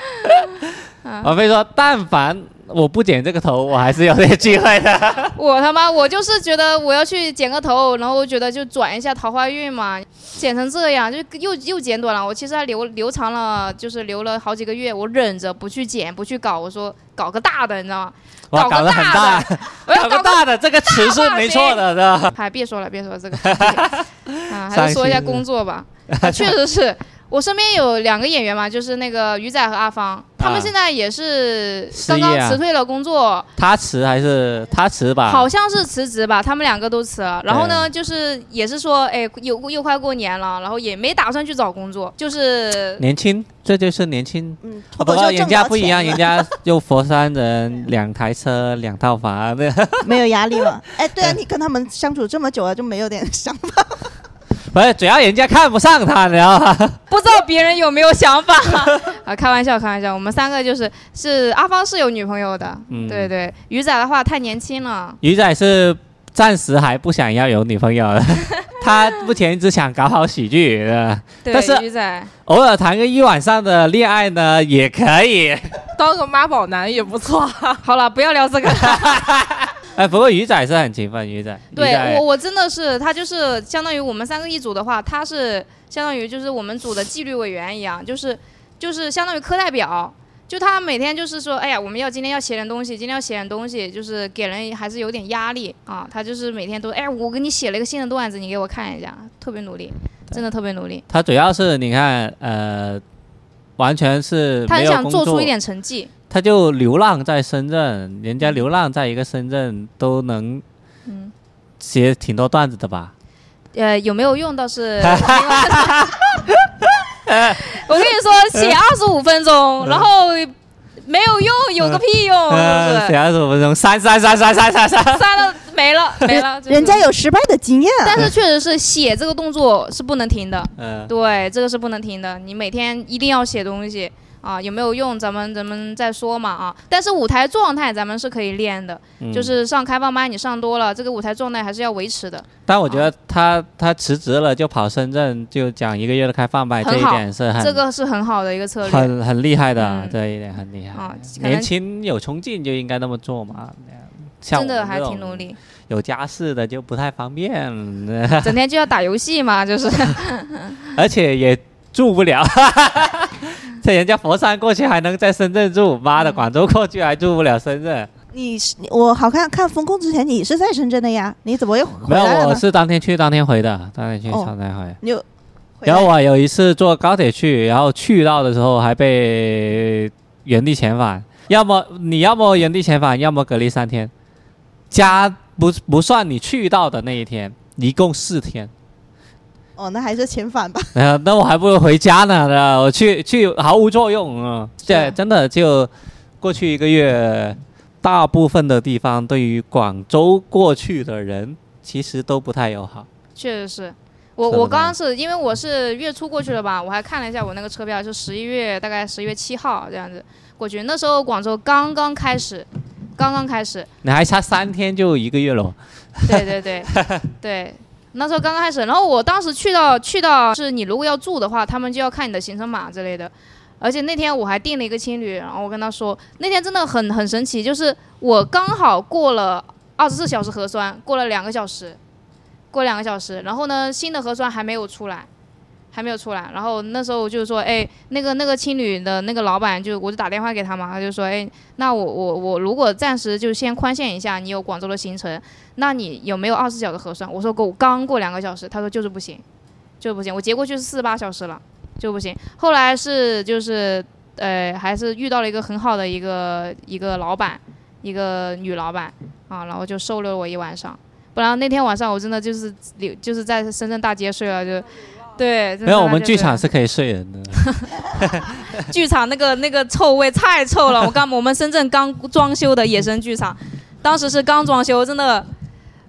Speaker 1: 啊
Speaker 2: 王菲说，但凡我不剪这个头，我还是有点机会 的。
Speaker 1: 我他妈，我就是觉得我要去剪个头，然后我觉得就转一下桃花运嘛，剪成这样就又又剪短了。我其实还留留长了，就是留了好几个月，我忍着不去剪，不去搞，我说搞个大的，你知道吗？
Speaker 2: 哇，
Speaker 1: 搞
Speaker 2: 搞
Speaker 1: 个
Speaker 2: 得很
Speaker 1: 大
Speaker 2: 大，
Speaker 1: 的，我 要
Speaker 2: 个
Speaker 1: 搞个。
Speaker 2: 大的，这个词是没错的，是吧？
Speaker 1: 哎，别说了，别说了，这个啊，还是说一下工作吧。啊确实是我身边有两个演员嘛，就是那个鱼仔和阿芳，他们
Speaker 2: 啊
Speaker 1: 现在也是
Speaker 2: 失
Speaker 1: 刚刚
Speaker 2: 业啊
Speaker 1: 辞退了工作，
Speaker 2: 他词还是他词吧？
Speaker 1: 好像是辞职吧，他们两个都辞了。然后呢，就是也是说，哎，又又快过年了，然后也没打算去找工作， 就是
Speaker 2: 年轻，这就是年轻。
Speaker 4: 嗯，
Speaker 1: 哦
Speaker 2: 啊不
Speaker 4: 脱口
Speaker 2: 过人
Speaker 4: 秀挣
Speaker 2: 家
Speaker 4: 着
Speaker 2: 不一样，
Speaker 4: 钱
Speaker 2: 人
Speaker 4: 了，
Speaker 2: 家又佛山人，两台车，两套房，啊对
Speaker 4: 没有压力嘛。哎，对啊，
Speaker 2: 嗯
Speaker 4: 你跟他们相处这么久了，就没有点想法。
Speaker 2: 不是，主要人家看不上他，你啊知道吗？
Speaker 1: 不知道别人有没有想法啊？开玩笑，开玩笑，我们三个就是是阿芳是有女朋友的，
Speaker 2: 嗯
Speaker 1: 对对。鱼仔的话太年轻了，
Speaker 2: 鱼仔是暂时还不想要有女朋友， 他目前只想搞好喜剧，呃
Speaker 1: 对
Speaker 2: 但是
Speaker 1: 鱼仔
Speaker 2: 偶尔谈个一晚上的恋爱呢也可以。
Speaker 3: 当个妈宝男也不 错。
Speaker 1: 好了，不要聊这 个。
Speaker 2: 哎，不过鱼仔是很勤奋，鱼仔，鱼
Speaker 1: 对
Speaker 2: 仔
Speaker 1: 我，我真的是他就是相当于我们三个一组的话，他是相当于就是我们组的纪律委员一样，就是就是相当于课代表。就他每天就是说，哎呀，我们要今天要写点东西，今天要写点东西，就是给人还是有点压力啊。他就是每天都，哎，我给你写了一个新的段子，你给我看一下，特别努力，真的特别努力。
Speaker 2: 他主要是你看，呃，完全是
Speaker 1: 他
Speaker 2: 没
Speaker 1: 很
Speaker 2: 有
Speaker 1: 想
Speaker 2: 工
Speaker 1: 做
Speaker 2: 作
Speaker 1: 出一点成绩，
Speaker 2: 他就流浪在深圳，人家流浪在一个深圳都能
Speaker 1: 嗯，
Speaker 2: 写挺多段子的吧？
Speaker 1: 呃，有没有 用倒 是另外一个。我跟你说，写二十五分
Speaker 2: 嗯
Speaker 1: 钟，然后没有用，有个屁用，是
Speaker 2: 呃，
Speaker 1: 不
Speaker 2: 写
Speaker 1: 是？
Speaker 2: 二十五分钟，删删删删删 删删。
Speaker 1: 删了没了没了，就是
Speaker 4: 人家有失败的经验啊。
Speaker 1: 但是确实是写这个动作是不能停的，
Speaker 2: 嗯，
Speaker 1: 对，这个是不能停的，你每天一定要写东西啊，有没有用咱们咱们再说嘛啊。但是舞台状态咱们是可以练的，
Speaker 2: 嗯
Speaker 1: 就是上开放麦你上多了，这个舞台状态还是要维持的。
Speaker 2: 但我觉得他他辞职了就跑深圳，就讲一个月的开放麦，
Speaker 1: 很
Speaker 2: 这一
Speaker 1: 好
Speaker 2: 点是很
Speaker 1: 这个是很好的一个策略
Speaker 2: 嗯很很厉害的
Speaker 1: 嗯，
Speaker 2: 这一点很厉害
Speaker 1: 啊。可能
Speaker 2: 年轻有冲劲就应该那么做嘛。像
Speaker 1: 真的
Speaker 2: 我们
Speaker 1: 还
Speaker 2: 这
Speaker 1: 挺
Speaker 2: 种
Speaker 1: 努力，
Speaker 2: 有家室的就不太方便，
Speaker 1: 整天就要打游戏嘛，就是
Speaker 2: 而且也住不了。 在人家佛山过去还能在深圳住，妈
Speaker 1: 嗯
Speaker 2: 的，广州过去还住不了深圳。
Speaker 4: 你是我好看看风控之前你是在深圳的呀，你怎么又回
Speaker 2: 没
Speaker 4: 来
Speaker 2: 有，
Speaker 4: 了
Speaker 2: 我
Speaker 4: 呢？
Speaker 2: 是当天去当天回的，当天去
Speaker 4: 哦
Speaker 2: 当天回。
Speaker 4: 你又回来
Speaker 2: 然后我有一次坐高铁去，然后去到的时候还被原地遣返，要么你要么原地遣返，要么隔离三天，加不不算你去到的那一天，一共四天。
Speaker 4: 哦，那还是遣返吧。
Speaker 2: 然后那我还不如回家呢，那我去去毫无作用啊！
Speaker 1: 是
Speaker 2: 这
Speaker 1: 啊
Speaker 2: 真的就过去一个月，大部分的地方对于广州过去的人其实都不太友好。
Speaker 1: 确实是。我
Speaker 2: 是的
Speaker 1: 我刚刚是因为我是月初过去的吧，我还看了一下我那个车票，是十一月大概十一月七号这样子过去。那时候广州刚刚开始，刚刚开始，
Speaker 2: 你还差三天就一个月了，
Speaker 1: 嗯对 对对对，那时候刚刚开始，然后我当时去到去到是你如果要住的话，他们就要看你的行程码之类的。而且那天我还订了一个青旅，然后我跟他说，那天真的很很神奇，就是我刚好过了二十四小时核酸，过了两个小时，过两个小时，然后呢新的核酸还没有出来。还没有出来，然后那时候我就说，哎，那个那个青旅的那个老板就，我就打电话给他嘛，他就说，哎，那我我我如果暂时就先宽限一下，你有广州的行程，那你有没有二十小时核酸？我说我刚过两个小时，他说就是不行，就是不行。我结过去是四十八小时了，就不行。后来是就是呃，还是遇到了一个很好的一个一个老板，一个女老板啊，然后就收留了我一晚上。不然那天晚上我真的就是留就是在深圳大街睡了，就对。啊
Speaker 2: 没有我们剧场
Speaker 1: 是。
Speaker 2: 是可以睡人的。
Speaker 1: 剧场那个那个臭味太臭了。我刚 我们深圳刚装修的野生剧场，当时是刚装修，真的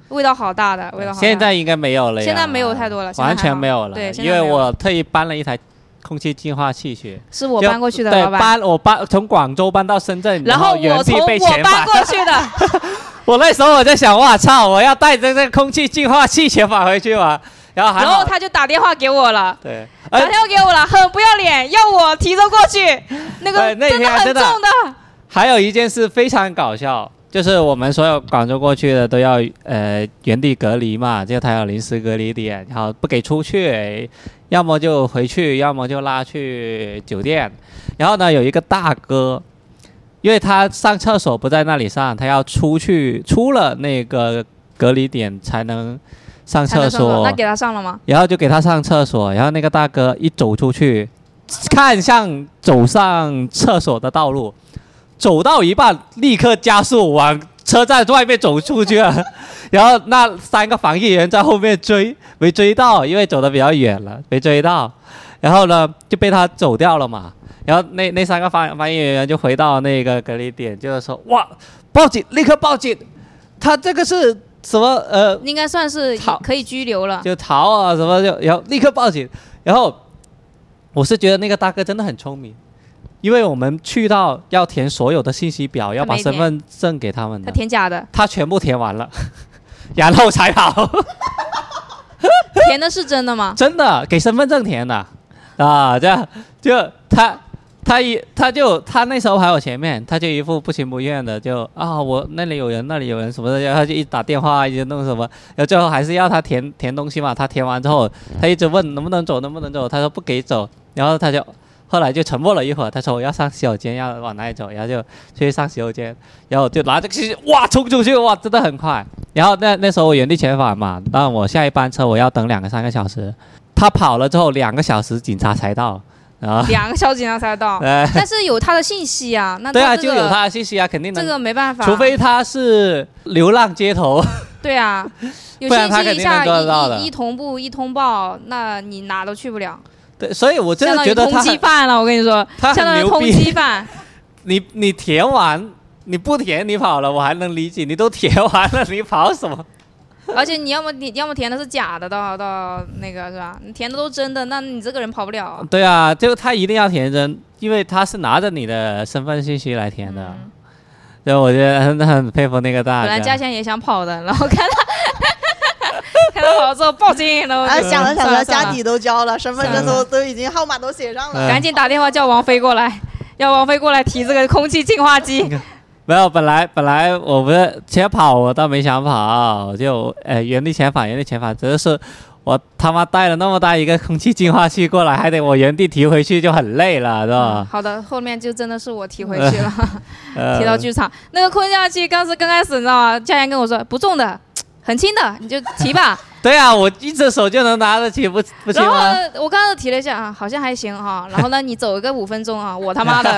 Speaker 1: 味道好大的，味道好大。
Speaker 2: 嗯现在应该没有了呀，
Speaker 1: 现在没有太多了现在还好
Speaker 2: 完全没有了。
Speaker 1: 对现
Speaker 2: 因
Speaker 1: 在没
Speaker 2: 为
Speaker 1: 有
Speaker 2: 我特意搬了一台空气净化器去。
Speaker 1: 是我
Speaker 2: 就
Speaker 1: 搬过去的，
Speaker 2: 对
Speaker 1: 老，板。
Speaker 2: 搬我搬从广州搬到深圳，
Speaker 1: 然后
Speaker 2: 原
Speaker 1: 我
Speaker 2: 地
Speaker 1: 从
Speaker 2: 被
Speaker 1: 我
Speaker 2: 遣
Speaker 1: 搬
Speaker 2: 返。
Speaker 1: 过去 的，
Speaker 2: 我那时候我在想，哇操，我要带着这个空气净化器遣返回去吗？然后还
Speaker 1: 然
Speaker 2: 好
Speaker 1: 后他就打电话给我了，
Speaker 2: 对，
Speaker 1: 打
Speaker 2: 而
Speaker 1: 电话给我了，很不要脸，要我提着过 去，那个
Speaker 2: 哎那
Speaker 1: 真的
Speaker 2: 天
Speaker 1: 很
Speaker 2: 真的
Speaker 1: 重的，
Speaker 2: 还有一件事非常搞笑，就是我们所有广州过去的都要呃原地隔离嘛，就他有临时隔离点，然后不给出去，要么就回去，要么就拉去酒店。然后呢，有一个大哥，因为他上厕所不在那里上，他要出去，出了那个隔离点才能上
Speaker 1: 才能
Speaker 2: 厕
Speaker 1: 上楼
Speaker 2: 所。
Speaker 1: 那给他上了吗？
Speaker 2: 然后就给他上厕所，然后那个大哥一走出去，看向走上厕所的道路，走到一半立刻加速往车站外面走出去了， 然后那三个防疫人在后面追，没追到，因为走的比较远了，没追到，然后呢就被他走掉了嘛。然后那那三个防防疫人员就回到那个隔离点，就是说哇，报警，立刻报警，他这个是什么呃
Speaker 1: 应该算是
Speaker 2: 好
Speaker 1: 可以拘留了。
Speaker 2: 就逃啊什么就，然后立刻报警。然后我是觉得那个大哥真的很聪明，因为我们去到要填所有的信息表，要把
Speaker 1: 没填
Speaker 2: 身份证给他们
Speaker 1: 他
Speaker 2: 的，
Speaker 1: 填假的，
Speaker 2: 他全部填完了， 然后才跑，
Speaker 1: 填的是真的吗？
Speaker 2: 真的给身份证填的啊，这样就他。他一他就他那时候还我前面，他就一副不情不愿的就啊我那里有人那里有人什么的，然后他就一直打电话一直弄什么，然后最后还是要他填填东西嘛。他填完之后，他一直问能不能走，能不能走，他说不给走，然后他就后来就沉默了一会儿，他说我要上洗手间，要往哪里走，然后就去上洗手间，然后我就拿这个信息哇冲出去，哇真的很快。然后那那时候我原地遣返嘛，但我下一班车我要等两个三个小时，他跑了之后两个小时警察才到，啊，，
Speaker 1: 两个小时以上才到
Speaker 2: 呃，
Speaker 1: 但是有他的信息啊，那
Speaker 2: 对啊，
Speaker 1: 他这
Speaker 2: 就
Speaker 1: 个
Speaker 2: 有他的信息啊，肯定
Speaker 1: 这
Speaker 2: 能，
Speaker 1: 个没办法，
Speaker 2: 除非他是流浪街头，
Speaker 1: 对 啊，有
Speaker 2: 不然
Speaker 1: 信
Speaker 2: 他
Speaker 1: 息
Speaker 2: 肯
Speaker 1: 一
Speaker 2: 定能
Speaker 1: 下
Speaker 2: 做得到的
Speaker 1: 一一一同步一通报，那你哪都去不了，
Speaker 2: 对，所以我真
Speaker 1: 相当
Speaker 2: 的
Speaker 1: 于
Speaker 2: 觉得
Speaker 1: 通
Speaker 2: 他
Speaker 1: 缉
Speaker 2: 很
Speaker 1: 犯了，我跟你说，
Speaker 2: 他
Speaker 1: 相当
Speaker 2: 很
Speaker 1: 于
Speaker 2: 牛
Speaker 1: 通
Speaker 2: 逼，
Speaker 1: 缉犯，
Speaker 2: 你你填完。你不填你跑了，我还能理解。你都填完了，你跑什么？
Speaker 1: 而且你要么你要么填的是假的，到到那个是吧？你填的都是真的，那你这个人跑不了啊。
Speaker 2: 对啊，就他一定要填真，因为他是拿着你的身份信息来填的。
Speaker 1: 嗯
Speaker 2: 所以我觉得很很佩服那个大
Speaker 1: 本
Speaker 2: 哥。
Speaker 1: 来嘉贤也想跑的，然后看他看他跑了之后报警，然后
Speaker 4: 啊，
Speaker 1: 就
Speaker 4: 想了
Speaker 1: 哦
Speaker 4: 想
Speaker 1: 算了算
Speaker 4: 着，家
Speaker 1: 了
Speaker 4: 底都交了，身份
Speaker 2: 算
Speaker 4: 证
Speaker 2: 了
Speaker 4: 都都已经号码都写上了，
Speaker 2: 嗯
Speaker 1: 赶紧打电话叫王菲过来，要王菲过来提这个空气净化机。
Speaker 2: 没有，本来本来我不是前跑，我倒没想跑，就呃原地遣返，原地遣返，只是说我他妈带了那么大一个空气净化器过来，还得我原地提回去，就很累了，是吧？
Speaker 1: 好的，后面就真的是我提回去了，
Speaker 2: 呃
Speaker 1: 提到剧场那个空气净化器，当时刚开始你知道吗？嘉贤跟我说不重的，很轻的，你就提吧。
Speaker 2: 对啊，我一只手就能拿得起，不 不行
Speaker 1: 然后
Speaker 2: 吗？
Speaker 1: 呢，我刚刚提了一下啊，好像还行哈、然后呢，你走个五分钟啊， 我他妈的，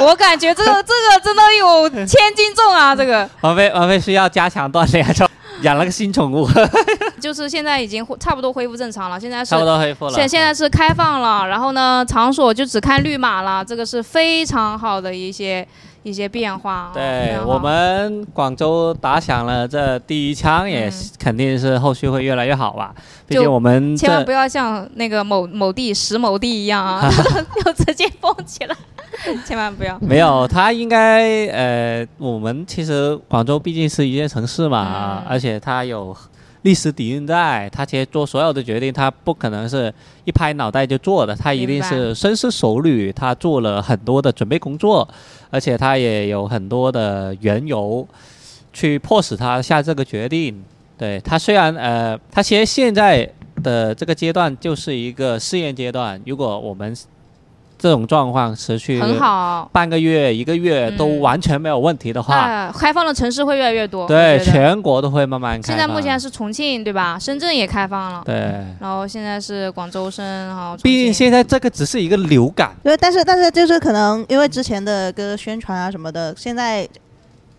Speaker 1: 我感觉这个这个真的有千斤重啊！ 这个
Speaker 2: 王菲王菲需要加强锻炼，养了个新宠物，
Speaker 1: 就是现在已经恢差不多恢复正常了，现在是
Speaker 2: 差不多恢复了。
Speaker 1: 现现在是开放了，然后呢，场所就只看绿码了，这个是非常好的一些一些变化啊、非
Speaker 2: 对
Speaker 1: 常好
Speaker 2: 我们广州打响了这第一枪，也
Speaker 1: 嗯
Speaker 2: 是肯定是后续会越来越好吧。毕
Speaker 1: 就
Speaker 2: 竟我们
Speaker 1: 千万
Speaker 2: 这
Speaker 1: 不要像那个某某地石某地一样 啊， 就直接封起来， 千万不要。
Speaker 2: 没有，它应该呃，我们其实广州毕竟是一线城市嘛，啊
Speaker 1: 嗯
Speaker 2: 而且它有历史底蕴在，它其实做所有的决定，它不可能是一拍脑袋就做的，它一定
Speaker 1: 明
Speaker 2: 是深思熟虑，它做了很多的准备工作，而且它也有很多的缘由去迫使他下这个决定。对他虽然呃，他其实现在的这个阶段就是一个试验阶段，如果我们这种状况持续
Speaker 1: 很好，
Speaker 2: 半个月、一个月都
Speaker 1: 嗯
Speaker 2: 完全没有问题的话，
Speaker 1: 那开放的城市会越来越多。嗯我
Speaker 2: 对
Speaker 1: 觉得
Speaker 2: 全国都会慢慢开
Speaker 1: 现
Speaker 2: 放。
Speaker 1: 在目前是重庆对吧？深圳也开放了，
Speaker 2: 对，
Speaker 1: 然后现在是广州深，然后重
Speaker 2: 毕竟
Speaker 1: 庆
Speaker 2: 现在这个只是一个流感，
Speaker 4: 对，但是但是就是可能因为之前的个宣传啊什么的，现在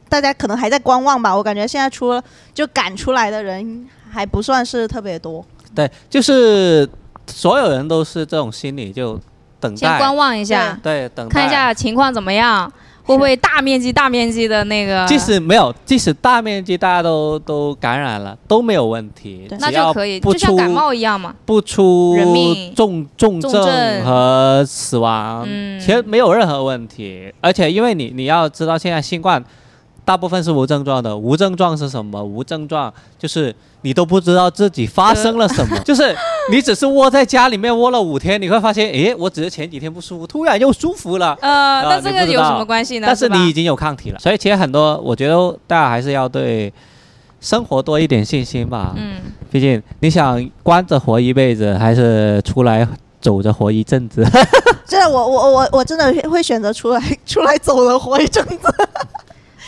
Speaker 4: 大家可能还在观望吧。我感觉现在出了就赶出来的人还不算是特别多。
Speaker 2: 对，就是所有人都是这种心理，就等
Speaker 1: 先
Speaker 2: 待
Speaker 1: 观，望一下，
Speaker 2: 对，等待
Speaker 1: 看一下情况怎么样，会不会大面积大面积的那个？
Speaker 2: 即使没有，即使大面积大家都都感染了都没有问题，
Speaker 4: 对
Speaker 1: 那
Speaker 2: 只要
Speaker 1: 就可以，
Speaker 2: 不
Speaker 1: 就像
Speaker 2: 出
Speaker 1: 感冒一样嘛。
Speaker 2: 不出
Speaker 1: 人命
Speaker 2: 重重
Speaker 1: 重
Speaker 2: 症
Speaker 1: 症
Speaker 2: 和死亡，
Speaker 1: 嗯
Speaker 2: 其实没有任何问题。而且因为你你要知道，现在新冠大部分是无症状的，无症状是什么？无症状就是你都不知道自己发生 了什么，就是你只是窝在家里面窝了五天，你会发现，诶，我只是前几天不舒服，突然又舒 服了。
Speaker 1: 呃，那
Speaker 2: 你
Speaker 1: 这
Speaker 2: 不
Speaker 1: 个
Speaker 2: 知
Speaker 1: 有什
Speaker 2: 道
Speaker 1: 么关系呢？
Speaker 2: 但是
Speaker 1: 吧
Speaker 2: 你已经有抗体了，所以其实很多，我觉得大家还是要对生活多一点信心吧。
Speaker 1: 嗯，
Speaker 2: 毕竟你想关着活一辈子，还是出来走着活一阵子？
Speaker 4: 真的，我我我我真的会选择出来 出来走了活一阵子。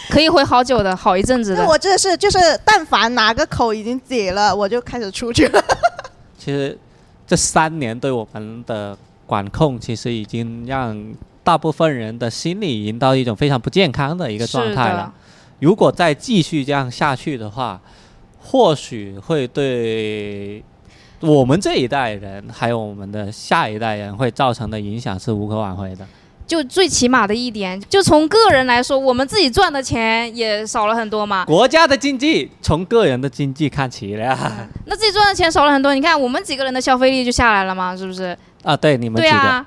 Speaker 1: 可以回好久的，好一阵子
Speaker 4: 那
Speaker 1: 的。
Speaker 4: 我真的是就是，但凡哪个口已经解了，我就开始出去了。
Speaker 2: 其实这三年对我们的管控，其实已经让大部分人的心理已经到一种非常不健康的一个状态了。如果再继续这样下去的话，或许会对我们这一代人，还有我们的下一代人会造成的影响是无可挽回的。
Speaker 1: 就最起码的一点，就从个人来说，我们自己赚的钱也少了很多嘛。
Speaker 2: 国家的经济从个人的经济看起 了
Speaker 1: 那自己赚的钱少了很多，你看我们几个人的消费力就下来了嘛，是不是？
Speaker 2: 啊，对你们
Speaker 1: 对
Speaker 2: 几个。
Speaker 1: 啊，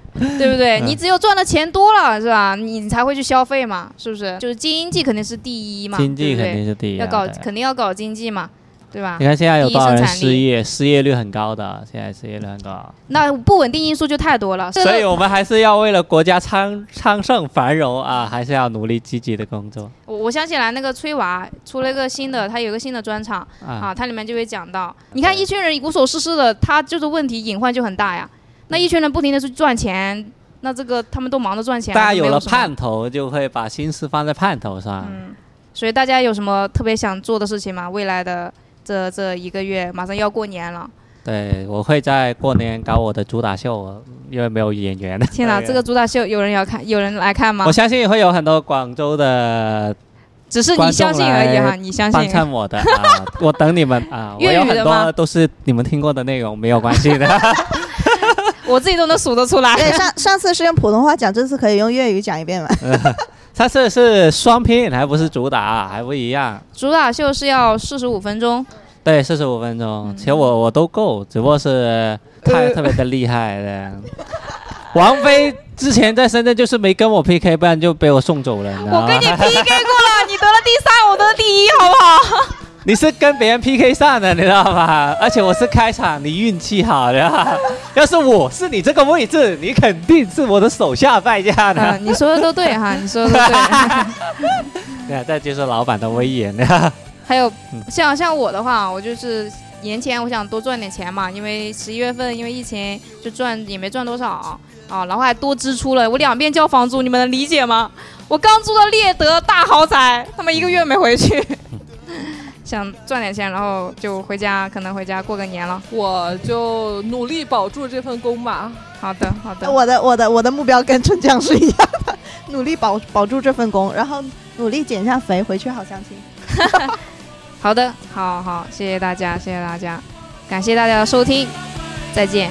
Speaker 1: 对不对？你只有赚的钱多了，是吧？你你才会去消费嘛，是不是？就是经济肯定是第一嘛，
Speaker 2: 经济
Speaker 1: 对不对
Speaker 2: 肯定是第一哎啊，
Speaker 1: 要搞
Speaker 2: 对，
Speaker 1: 肯定要搞经济嘛，对吧
Speaker 2: 你？看现在有多少人失
Speaker 1: 第一
Speaker 2: 业，失业率很高的，现在失业率很高，
Speaker 1: 那不稳定因素就太多了，
Speaker 2: 所以我们还是要为了国家昌 昌盛繁荣啊，还是要努力积极的工作
Speaker 1: 我我想起来那个崔娃出了一个新的，他有一个新的专场
Speaker 2: 啊。
Speaker 1: 啊，它里面就会讲到，你看
Speaker 2: 对
Speaker 1: 一群人无所事事的，他就是问题隐患就很大呀。那一群人不停的去赚钱，那这个他们啊都忙着赚钱，
Speaker 2: 大家
Speaker 1: 就
Speaker 2: 有
Speaker 1: 没
Speaker 2: 了
Speaker 1: 什么，嗯
Speaker 2: 盼头，就会把心思放在盼头上。
Speaker 1: 所以大家有什么特别想做的事情吗？未来的这这一个月马上要过年了，
Speaker 2: 对，我会在过年搞我的主打秀，因为没有演员。
Speaker 1: 天哪，这个主打秀有人要看，有人来看吗
Speaker 2: 哎我？相信会有很多广州的
Speaker 1: 只是你相信而已哈，你相
Speaker 2: 帮
Speaker 1: 信。
Speaker 2: 衬我的啊，我等你们啊，我
Speaker 1: 粤语
Speaker 2: 有很
Speaker 1: 的吗
Speaker 2: 多都是你们听过的内容，没有关系 的。
Speaker 1: 我自己都能数得出来。
Speaker 4: 对，上上次是用普通话讲，这次可以用粤语讲一遍嘛？
Speaker 2: 它这是双拼，还不是主打，还不一样。
Speaker 1: 主打秀是要四十五分钟，
Speaker 2: 对，四十五分钟，其实我我都够，只不过是太特别的厉 害的。王菲之前在深圳就是没跟我 PK，不然就被我送走了。你知道
Speaker 1: 我
Speaker 2: 吗
Speaker 1: 跟你 PK 过了，你得了第三，我得了第一，好不 好？
Speaker 2: 你是跟别人 PK 上的，你知道吧？ 而且我是开场，你运气好的啊。 要是我是你这个位置，你肯定是我的手下败将的。
Speaker 1: 嗯，你说的都对哈，你说的都对。
Speaker 2: 对、啊，这就是老板的威严啊。
Speaker 1: 还有
Speaker 2: 嗯
Speaker 1: 像像我的话，我就是年前我想多赚点钱嘛，因为十一月份因为疫情就赚也没赚多少啊，然后还多支出了，我两遍交房租，你们能理解吗？我刚租的猎德大豪宅，他们一个月没回去，想赚点钱，然后就回家，可能回家过个年了。
Speaker 3: 我就努力保住这份工吧。
Speaker 1: 好的，好的。
Speaker 4: 我的我的我的目标跟春江是一样的，努力保保住这份工，然后努力减一下肥，回去好相亲。
Speaker 1: 好的，好好，谢谢大家，谢谢大家，感谢大家的收听，再见，